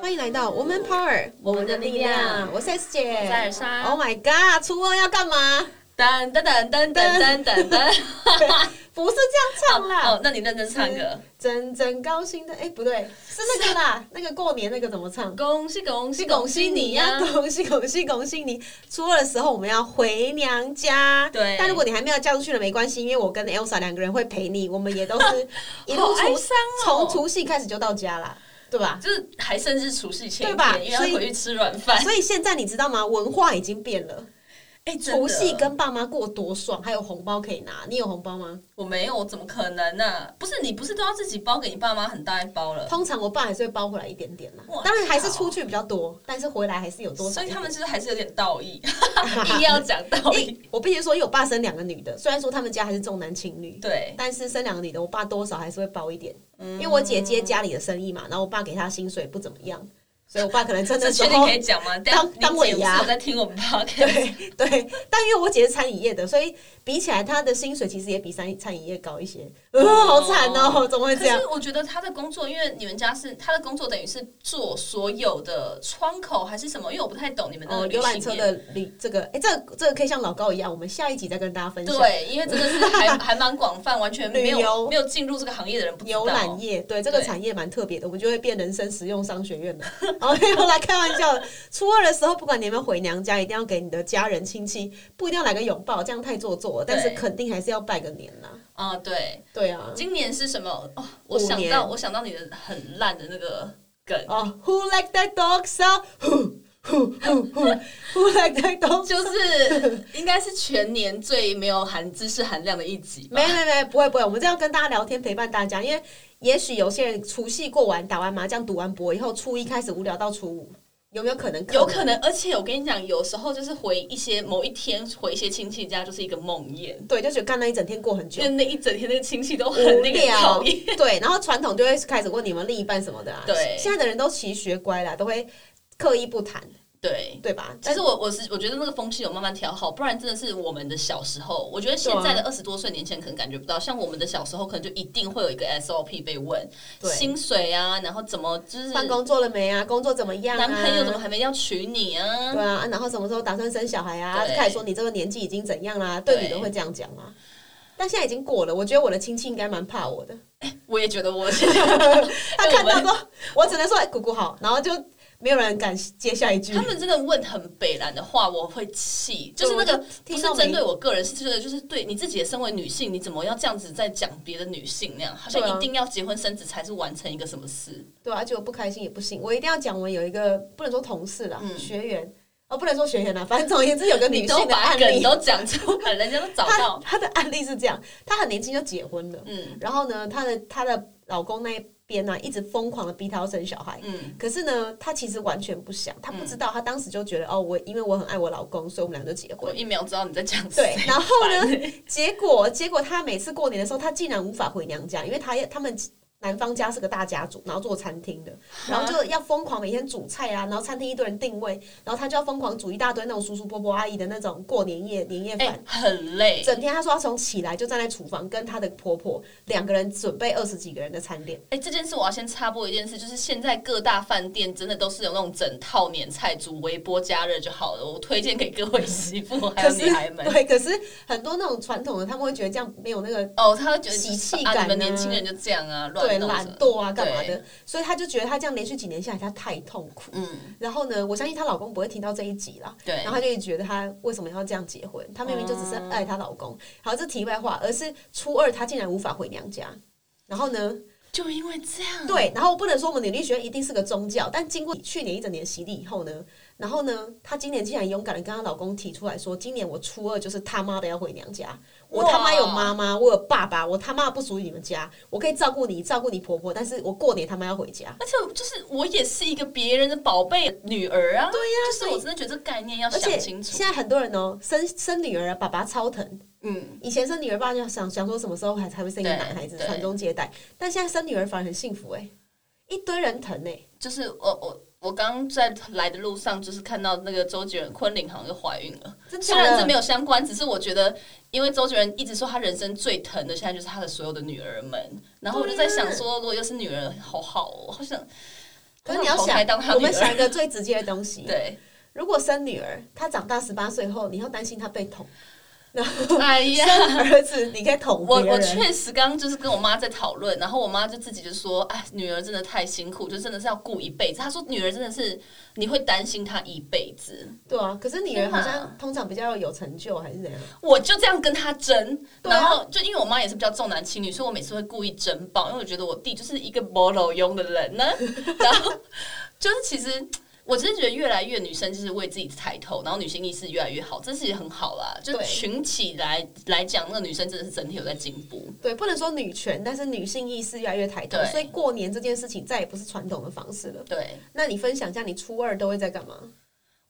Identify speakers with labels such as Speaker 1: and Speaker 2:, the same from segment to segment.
Speaker 1: 欢迎来到 Woman Power，
Speaker 2: 我们的力量
Speaker 1: 我是 S 姐，我
Speaker 2: 是尔莎
Speaker 1: Oh my God，初二要干 嘛？
Speaker 2: 噔噔噔噔噔噔 噔噔，
Speaker 1: 不是这样唱啦，
Speaker 2: 哦，那你认真唱个，
Speaker 1: 真真高兴的，哎、不对，是那个啦，那个过年那个怎么唱？
Speaker 2: 恭喜恭喜
Speaker 1: 恭喜你呀、
Speaker 2: 呀！
Speaker 1: 恭喜恭喜恭喜你！初二的时候我们要回娘家，
Speaker 2: 对
Speaker 1: 但如果你还没有嫁出去了，没关系，因为我跟 Elsa 两个人会陪你，我们也都 是一路
Speaker 2: 好哀
Speaker 1: 从
Speaker 2: 伤
Speaker 1: 从
Speaker 2: 哦
Speaker 1: 除夕开始就到家啦，对吧？
Speaker 2: 就是还甚至除夕前一
Speaker 1: 对吧
Speaker 2: 天，因为要
Speaker 1: 所以
Speaker 2: 回去吃软 饭。
Speaker 1: 所以现在你知道吗？文化已经变了，
Speaker 2: 哎，真的
Speaker 1: 除夕跟爸妈过多爽，还有红包可以拿。你有红包吗？
Speaker 2: 我没有，我怎么可能呢？不是你不是都要自己包给你爸妈很大一包了？
Speaker 1: 通常我爸还是会包回来一点点啦
Speaker 2: 哇，
Speaker 1: 当然还是出去比较多，但是回来还是有多少
Speaker 2: 所
Speaker 1: 一
Speaker 2: 以
Speaker 1: 点。
Speaker 2: 他们就是还是有点道 义，硬要讲道
Speaker 1: 因
Speaker 2: 义。
Speaker 1: 为我必须说，因为我爸生两个女的，虽然说他们家还是重男轻女，
Speaker 2: 对，
Speaker 1: 但是生两个女的，我爸多少还是会包一点，因为我姐接家里的生意嘛，然后我爸给她薪水不怎么样，所以我爸可能真的
Speaker 2: 这
Speaker 1: 时
Speaker 2: 确定
Speaker 1: 候
Speaker 2: 可以讲吗？
Speaker 1: 当
Speaker 2: 等下
Speaker 1: 当尾
Speaker 2: 你姐
Speaker 1: 牙
Speaker 2: 不是有在听我们 p o d
Speaker 1: 对对，但因为我姐是餐饮业的，所以比起来她的薪水其实也比餐餐饮业高一些，呃，好惨哦，怎么会这
Speaker 2: 可
Speaker 1: 样？
Speaker 2: 是我觉得他的工作，因为你们家是他的工作，等于是做所有的窗口还是什么？因为我不太懂你们那
Speaker 1: 哦，
Speaker 2: 个
Speaker 1: 游览
Speaker 2: 旅
Speaker 1: 车
Speaker 2: 行业。
Speaker 1: 的旅这个，哎、这个这个可以像老高一样，我们下一集再跟大家分享。
Speaker 2: 对，因为真的是还还蛮广泛，完全没
Speaker 1: 旅游
Speaker 2: 有没有进入这个行业的人不知
Speaker 1: 游览
Speaker 2: 道。
Speaker 1: 业，对这个
Speaker 2: 对
Speaker 1: 产业蛮特别的，我们就会变人生实用商学院了。好，没有啦，开玩笑的。初二的时候，不管你有没有回娘家，一定要给你的家人亲戚，不一定要来个拥抱，这样太做作了。但是
Speaker 2: 对
Speaker 1: 肯定还是要拜个年啦。
Speaker 2: 啊、对，
Speaker 1: 对啊，
Speaker 2: 今年是什么？哦，我
Speaker 1: 虎
Speaker 2: 想
Speaker 1: 年
Speaker 2: 到我想到你的很烂的那个梗，
Speaker 1: 哦、w h o like that dog so who who who who who like that dog？
Speaker 2: 就是应该是全年最没有含知识含量的一集。
Speaker 1: 没没没，不会不会，我们这样跟大家聊天陪伴大家，因为也许有些人除夕过完打完麻将赌完博以后，初一开始无聊到初五，有没有可能？
Speaker 2: 有可能，而且我跟你讲，有时候就是回一些某一天回一些亲戚家，就是一个梦魇。
Speaker 1: 对，就觉得干那一整天过很久
Speaker 2: 就。那一整天那个亲戚都
Speaker 1: 无
Speaker 2: 很令人
Speaker 1: 聊
Speaker 2: 讨厌。，
Speaker 1: 对，然后传统就会开始问你们另一半什么的啊。
Speaker 2: 对
Speaker 1: 现在的人都其学乖啦，都会刻意不谈，
Speaker 2: 对，
Speaker 1: 对吧？
Speaker 2: 其实我我是我觉得那个风气有慢慢调好，不然真的是我们的小时候，我觉得现
Speaker 1: 啊
Speaker 2: 在的二十多岁年前可能感觉不到，像我们的小时候可能就一定会有一个 SOP 被问
Speaker 1: 对
Speaker 2: 薪水啊，然后怎么就是
Speaker 1: 办公做了没啊？工作怎么样啊？
Speaker 2: 男朋友怎么？还没要娶你啊
Speaker 1: 对？啊，啊然后什么时候打算生小孩啊？
Speaker 2: 对
Speaker 1: 开始说你这个年纪已经怎样啦？对
Speaker 2: 对
Speaker 1: 女的会这样讲啊。但现在已经过了，我觉得我的亲戚应该蛮怕我的。
Speaker 2: 我也觉 得我
Speaker 1: 他看到说，我只能说哎，姑姑好，然后就没有人敢接下一句
Speaker 2: 他。们真的问很北蓝的话，我会气，就是那个不
Speaker 1: 听
Speaker 2: 是
Speaker 1: 到
Speaker 2: 针
Speaker 1: 没
Speaker 2: 对我个人，是真的就是对你自己也身为女性，你怎么要这样子在讲别的女性那样？好
Speaker 1: 对啊
Speaker 2: 像一定要结婚生子才是完成一个什么事？
Speaker 1: 对啊，就不开心也不行，我一定要讲。我有一个不能说同事啦，
Speaker 2: 嗯
Speaker 1: 学员哦，不能说学员啦，反 正总而言之有个
Speaker 2: 你
Speaker 1: 女
Speaker 2: 都
Speaker 1: 性的
Speaker 2: 把
Speaker 1: 案
Speaker 2: 梗
Speaker 1: 例，
Speaker 2: 都讲出来，人家都找
Speaker 1: 她
Speaker 2: 到。
Speaker 1: 她的案例是这样，她很年轻就结婚了，
Speaker 2: 嗯
Speaker 1: 然后呢，她的她的老公那边呢、一直疯狂的逼她要生小孩。
Speaker 2: 嗯，
Speaker 1: 可是呢，她其实完全不想，她不知道，她当时就觉得哦，我因为我很爱我老公，所以我们俩就结
Speaker 2: 我
Speaker 1: 婚。
Speaker 2: 一秒知道你在讲
Speaker 1: 对
Speaker 2: 谁。，哎
Speaker 1: 然后呢，
Speaker 2: 呢？
Speaker 1: 结果结果她每次过年的时候，她竟然无法回娘家，因为她他们男方家是个大家族，然后做餐厅的，然后就要疯狂每天煮菜啊，然后餐厅一堆人定位，然后她就要疯狂煮一大堆那种叔叔伯伯阿姨的那种过年夜年夜
Speaker 2: 哎、
Speaker 1: 饭。
Speaker 2: 很累。
Speaker 1: 整天她说她从起来就站在厨房跟她的婆婆两个人准备二十几个人的餐点，
Speaker 2: 哎、这件事我要先插播一件事，就是现在各大饭店真的都是有那种整套年菜，煮微波加热就好了。我推荐给各位 媳妇还
Speaker 1: 可
Speaker 2: 有
Speaker 1: 是
Speaker 2: 女孩们。
Speaker 1: 对，可是很多那种传统的他们会觉得这样没有那个
Speaker 2: 哦，他会觉得
Speaker 1: 喜气
Speaker 2: 啊
Speaker 1: 感
Speaker 2: 你们
Speaker 1: 啊
Speaker 2: 年轻人就这样啊，
Speaker 1: 对
Speaker 2: 乱弄什
Speaker 1: 懒
Speaker 2: 么。
Speaker 1: 惰啊干嘛
Speaker 2: 对
Speaker 1: 的，所以她就觉得她这样连续几年下来她太痛苦。
Speaker 2: 嗯，
Speaker 1: 然后呢，我相信她老公不会听到这一集啦，
Speaker 2: 对
Speaker 1: 然。后她就一直觉得她为什么要这样结婚？她明明就只是爱她老公。好，这题外话，而是初二她竟然无法回娘家。然后呢？
Speaker 2: 就因为这样，
Speaker 1: 对，然后不能说我们女力学院一定是个宗教，但经过去年一整年洗礼以后呢，然后呢，她今年竟然勇敢的跟她老公提出来说，今年我初二就是他妈的要回娘家，我他妈有妈妈，我有爸爸，我他妈不属于你们家，我可以照顾你，照顾你婆婆，但是我过年他妈要回家。
Speaker 2: 而且就是我也是一个别人的宝贝女儿啊，对呀、就是我真的觉得这个概念要
Speaker 1: 而且
Speaker 2: 想清楚。
Speaker 1: 现在很多人哦，生生女儿，爸爸超疼，
Speaker 2: 嗯，
Speaker 1: 以前生女儿，爸就想想说什么时候还才会生一个
Speaker 2: 对
Speaker 1: 男孩子，
Speaker 2: 对
Speaker 1: 传宗接代。但现在生女儿反而很幸福哎、一堆人疼哎、
Speaker 2: 就是我我我刚刚在来的路上，就是看到那个周杰伦昆凌好像又怀孕了，
Speaker 1: 真
Speaker 2: 虽
Speaker 1: 假
Speaker 2: 然这
Speaker 1: 的？
Speaker 2: 没有相关，只是我觉得，因为周杰伦一直说他人生最疼的，现在就是
Speaker 1: 啊
Speaker 2: 他的所有的女儿们，然后我就在想说，如果又是女儿，好好哦，好想
Speaker 1: 可是你要
Speaker 2: 我想投
Speaker 1: 想
Speaker 2: 胎当他，女儿
Speaker 1: 我们想一个最直接的东西，
Speaker 2: 对，
Speaker 1: 如果生女儿，她长大十八岁后，你要担心她被捅；
Speaker 2: 哎 呀，
Speaker 1: 生儿子，你可以捅
Speaker 2: 我
Speaker 1: 别
Speaker 2: 我
Speaker 1: 人。
Speaker 2: 确实刚刚就是跟我妈在讨论，然后我妈就自己就说，哎，女儿真的太辛苦，就真的是要顾一辈子。她说女儿真的是你会担心她一辈子，
Speaker 1: 对啊，可是女儿
Speaker 2: 天哪
Speaker 1: 好像通常比较有成就，还是怎样？
Speaker 2: 我就这样跟她争。
Speaker 1: 对啊
Speaker 2: 然后就因为我妈也是比较重男轻女，所以我每次会故意争爆，因为我觉得我弟就是一个没路用的人 呢。然后就是其实。我真的觉得越来越女生就是为自己抬头，然后女性意识越来越好，这是也很好啦。就
Speaker 1: 对
Speaker 2: 群起来来讲，那个女生真的是整体有在进步。
Speaker 1: 对，不能说女权，但是女性意识越来越抬头，
Speaker 2: 对
Speaker 1: 所以过年这件事情再也不是传统的方式了。
Speaker 2: 对，
Speaker 1: 那你分享一下，你初二都会在干嘛？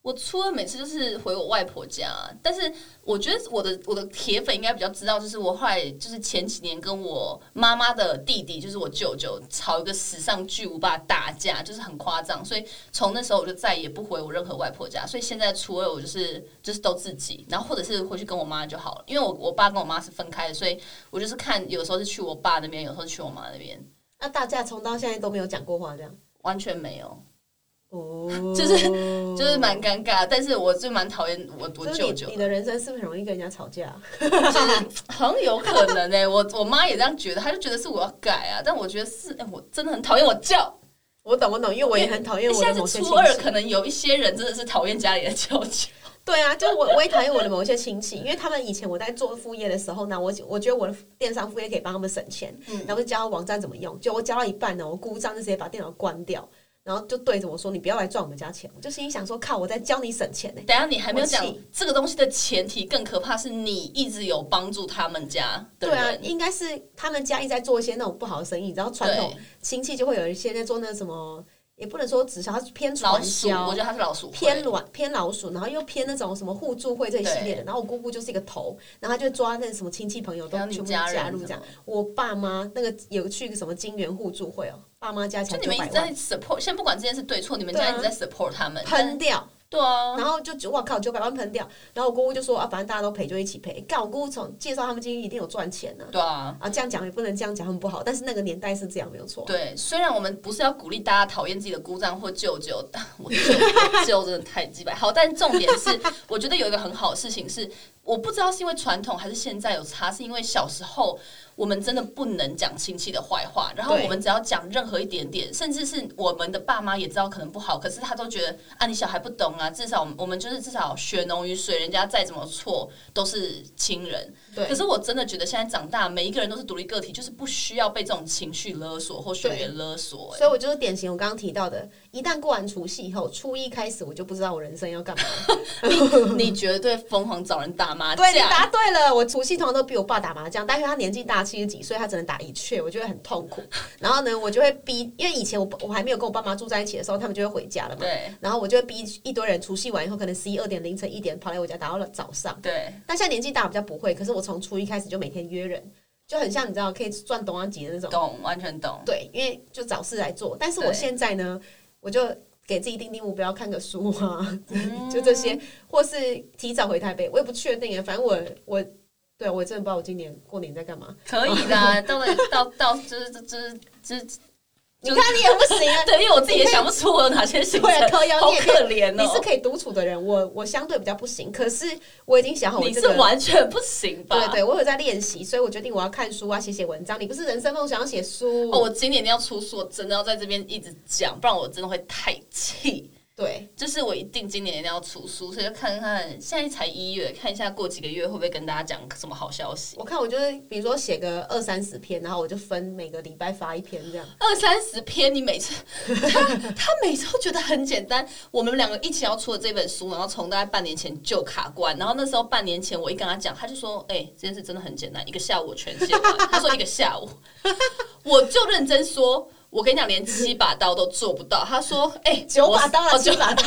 Speaker 2: 我初二每次就是回我外婆家，但是我觉得我的我的铁粉应该比较知道，就是我后来就是前几年跟我妈妈的弟弟，就是我舅舅，吵一个史上巨无霸大架，就是很夸张，所以从那时候我就再也不回我任何外婆家，所以现在初二我就是就是都自己，然后或者是回去跟我妈就好了，因为我我爸跟我妈是分开的，所以我就是看有时候是去我爸那边，有时候去我妈那边，
Speaker 1: 那大家从到现在都没有讲过话，这样
Speaker 2: 完全没有，
Speaker 1: 哦，
Speaker 2: 就是就是蛮尴尬，但是我就蛮讨厌我我
Speaker 1: 就是
Speaker 2: 舅舅
Speaker 1: 你你的人生是不是很容易跟人家吵架？
Speaker 2: 就是很有可能哎、 我我妈也这样觉得，她就觉得是我要改啊，但我觉得是，哎、我真的很讨厌我叫，哎
Speaker 1: 我懂，我懂，因为我也很讨厌我
Speaker 2: 现
Speaker 1: 的
Speaker 2: 在
Speaker 1: 某些
Speaker 2: 是
Speaker 1: 亲
Speaker 2: 初二，
Speaker 1: 戚。
Speaker 2: 可能有一些人真的是讨厌家里的舅舅，
Speaker 1: 对啊，就我我也讨厌我的某一些亲戚，因为他们以前我在做副业的时候呢，我我觉得我的电商副业可以帮他们省钱，
Speaker 2: 嗯
Speaker 1: 然后就教网站怎么用。就我教到一半呢，我姑丈就直接把电脑关掉，然后就对着我说：“你不要来赚我们家钱。”我就心里想说：“靠，我在教你省钱呢、
Speaker 2: 等一下你还没有讲
Speaker 1: 我气
Speaker 2: 这个东西的前提，更可怕是你一直有帮助他们家的
Speaker 1: 对啊，
Speaker 2: 人，
Speaker 1: 应该是他们家一直在做一些那种不好的生意，你知道传统亲戚就会有一些在做那什么，也不能说直销，它是偏
Speaker 2: 对老
Speaker 1: 传
Speaker 2: 鼠，我
Speaker 1: 销
Speaker 2: 觉。得他是老鼠
Speaker 1: 啊
Speaker 2: 会
Speaker 1: 偏软偏老鼠，然后又偏那种什么互助会这一系列的。然后我姑姑就是一个头，然后她就抓那什么亲戚朋友都
Speaker 2: 还有你
Speaker 1: 全部
Speaker 2: 家
Speaker 1: 加
Speaker 2: 人
Speaker 1: 入
Speaker 2: 什
Speaker 1: 这样。
Speaker 2: 么
Speaker 1: 我爸妈那个有去个什么金元互助会哦，爸妈加起
Speaker 2: 就
Speaker 1: 来
Speaker 2: 你
Speaker 1: 九
Speaker 2: 们一
Speaker 1: 百
Speaker 2: 直
Speaker 1: 万，
Speaker 2: 在 support，先不管这件事对错，你们
Speaker 1: 对
Speaker 2: 家
Speaker 1: 啊
Speaker 2: 一直在 support 他们，但
Speaker 1: 喷掉，
Speaker 2: 对啊，
Speaker 1: 然后就哇靠九百万喷掉。然后我姑姑就说啊，反正大家都赔就一起赔。干我姑姑从介绍他们进去一定有赚钱呢、
Speaker 2: 对啊，
Speaker 1: 啊。这样讲也不能这样讲，很不好。但是那个年代是这样，没有错。
Speaker 2: 对，虽然我们不是要鼓励大家讨厌自己的姑丈或舅舅， 但我舅我舅真的太鸡掰。好，但重点是，我觉得有一个很好的事情是，我不知道是因为传统还是现在有差，是因为小时候我们真的不能讲亲戚的坏话，然后
Speaker 1: 对
Speaker 2: 我们只要讲任何一点点，甚至是我们的爸妈也知道可能不好，可是他都觉得啊，你小孩不懂啊，至少我们我们就是至少血浓于水，人家再怎么错都是亲人。
Speaker 1: 对
Speaker 2: 可是我真的觉得现在长大，每一个人都是独立个体，就是不需要被这种情绪勒索或血缘勒索、欸
Speaker 1: 所以我就是典型我刚刚提到的，一旦过完除夕以后，初一开始我就不知道我人生要干嘛了。
Speaker 2: 哎 你绝对疯狂找人打麻
Speaker 1: 对，你
Speaker 2: 将。
Speaker 1: 答对了。我除夕通常都比我爸打麻将，但因为他年纪大，七十几岁，他只能打一雀，我就会很痛苦。然后呢，我就会逼，因为以前我我还没有跟我爸妈住在一起的时候，他们就会回家了嘛。
Speaker 2: 对
Speaker 1: 然后我就会逼一堆人，除夕完以后，可能十一二点、凌晨一点跑来我家打到了早上。
Speaker 2: 对，
Speaker 1: 但现在年纪大比较不会，可是我从初一开始就每天约人，就很像你知道可以赚董安吉的那种。
Speaker 2: 懂，完全 懂。
Speaker 1: 对，因为就找事来做。但是我
Speaker 2: 对
Speaker 1: 现在呢，我就给自己定定目标，看个书啊，就这些，
Speaker 2: 嗯
Speaker 1: 或是提早回台北，我也不确定啊。反正我我对啊我真的不知道我今年过年在干嘛。
Speaker 2: 可以 的，到了到到就是就是就是，
Speaker 1: 你
Speaker 2: 就
Speaker 1: 看你也不行 啊，
Speaker 2: 对，因为我自己也想不出我有哪些行程
Speaker 1: 对啊，靠腰
Speaker 2: 好
Speaker 1: 你也可以
Speaker 2: 可怜
Speaker 1: 你是
Speaker 2: 哦。
Speaker 1: 可以独处的人，我我相对比较不行。可是我已经想好我
Speaker 2: 你
Speaker 1: 这
Speaker 2: 是
Speaker 1: 个。
Speaker 2: 完全不行吧？
Speaker 1: 对对，我有在练习，所以我决定我要看书啊，写写文章。你不是人生梦想要写书？
Speaker 2: 哦，我今年一定要出书，我真的要在这边一直讲，不然我真的会太气。
Speaker 1: 对，
Speaker 2: 就是我一定今年一定要出书，所以就看看现在才一月，看一下过几个月会不会跟大家讲什么好消息。
Speaker 1: 我看我就是比如说写个二三十篇，然后我就分每个礼拜发一篇这样。
Speaker 2: 二三十篇，你每次 他他每次都觉得很简单。我们两个一起要出的这本书，然后从大概半年前就卡关，然后那时候半年前我一跟他讲，他就说：“哎、这件事真的很简单，一个下午我全写完。”他说一个 下午，我就认真说。我跟你讲，连七把刀都做不到。他说：“哎、
Speaker 1: 九
Speaker 2: 我
Speaker 1: 把刀了，
Speaker 2: 哦九
Speaker 1: 七把刀，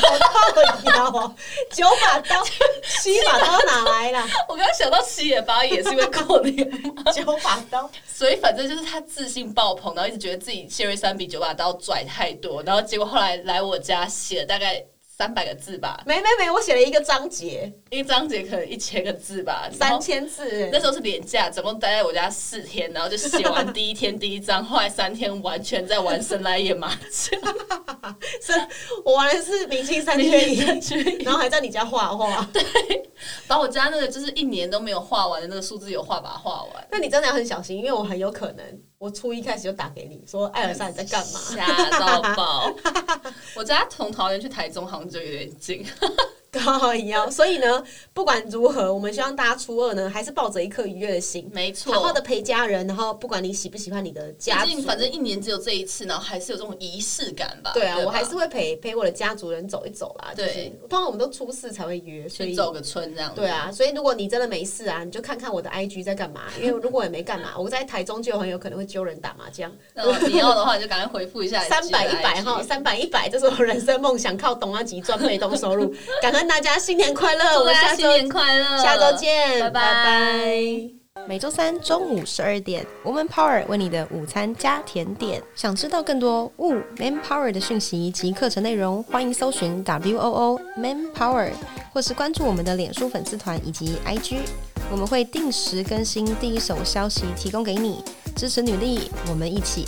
Speaker 1: 你知道吗？九把 刀，七把刀哪来啦？
Speaker 2: 我刚刚想到七也八也是因为过年嘛。
Speaker 1: 九把刀，
Speaker 2: 所以反正就是他自信爆棚，然后一直觉得自己谢瑞三比九把刀拽太多，然后结果后来来我家写了大概三百个字吧，
Speaker 1: 没没没，我写了一个章节，
Speaker 2: 一章节可能一千个字吧，然后
Speaker 1: 三千字
Speaker 2: 哦那。时候是连假，总共待在我家四天，然后就写完第一天第一章，后来三天完全在玩神来也 麻将，
Speaker 1: 是我玩的是明星三缺一，然后还在你家画画。
Speaker 2: 把我家那个就是一年都没有画完的那个数字有画把它画 完。
Speaker 1: 那你真的要很小心，因为我很有可能，我初一开始就打给你说，艾尔莎你在干 嘛？
Speaker 2: 吓到爆！ 我家从桃园去台中，好像就有点近。
Speaker 1: 跟我一样。所以呢，不管如何，我们希望大家初二呢，还是抱着一颗愉悦的心，
Speaker 2: 没
Speaker 1: 好好
Speaker 2: 错，
Speaker 1: 的陪家人，然后不管你喜不喜欢你的家
Speaker 2: 毕
Speaker 1: 族
Speaker 2: 竟，反正一年只有这一次，然后还是有这种仪式感吧。
Speaker 1: 对啊，
Speaker 2: 吧
Speaker 1: 我还是会陪陪我的家族人走一走啦。就是
Speaker 2: 对，
Speaker 1: 通常我们都初四才会约，所
Speaker 2: 去
Speaker 1: 以。
Speaker 2: 走个村这样子。
Speaker 1: 对啊，所以如果你真的没事啊，你就看看我的 IG 在 干嘛，因为如果也没干嘛，我在台中就很有可能会揪人打麻将，
Speaker 2: 那你要的话，就赶快回复一下
Speaker 1: 三百一百哈，
Speaker 2: 哈。
Speaker 1: 三百一百，这是我人生梦想，靠懂啊集赚被动收入。感恩大家新年快乐，我
Speaker 2: 祝
Speaker 1: 们
Speaker 2: 大
Speaker 1: 下
Speaker 2: 家
Speaker 1: 周
Speaker 2: 新年快乐！
Speaker 1: 下周，见，
Speaker 2: 拜
Speaker 1: 拜
Speaker 2: 拜
Speaker 3: 每周三中午十二点，Woman Power 为你的午餐加甜点。想知道更多 Wo Man Power 的讯息及课程内容，欢迎搜寻 W O O Man Power，或是关注我们的脸书粉丝团以及 IG，我们会定时更新第一手消息，提供给你支持女力，我们一起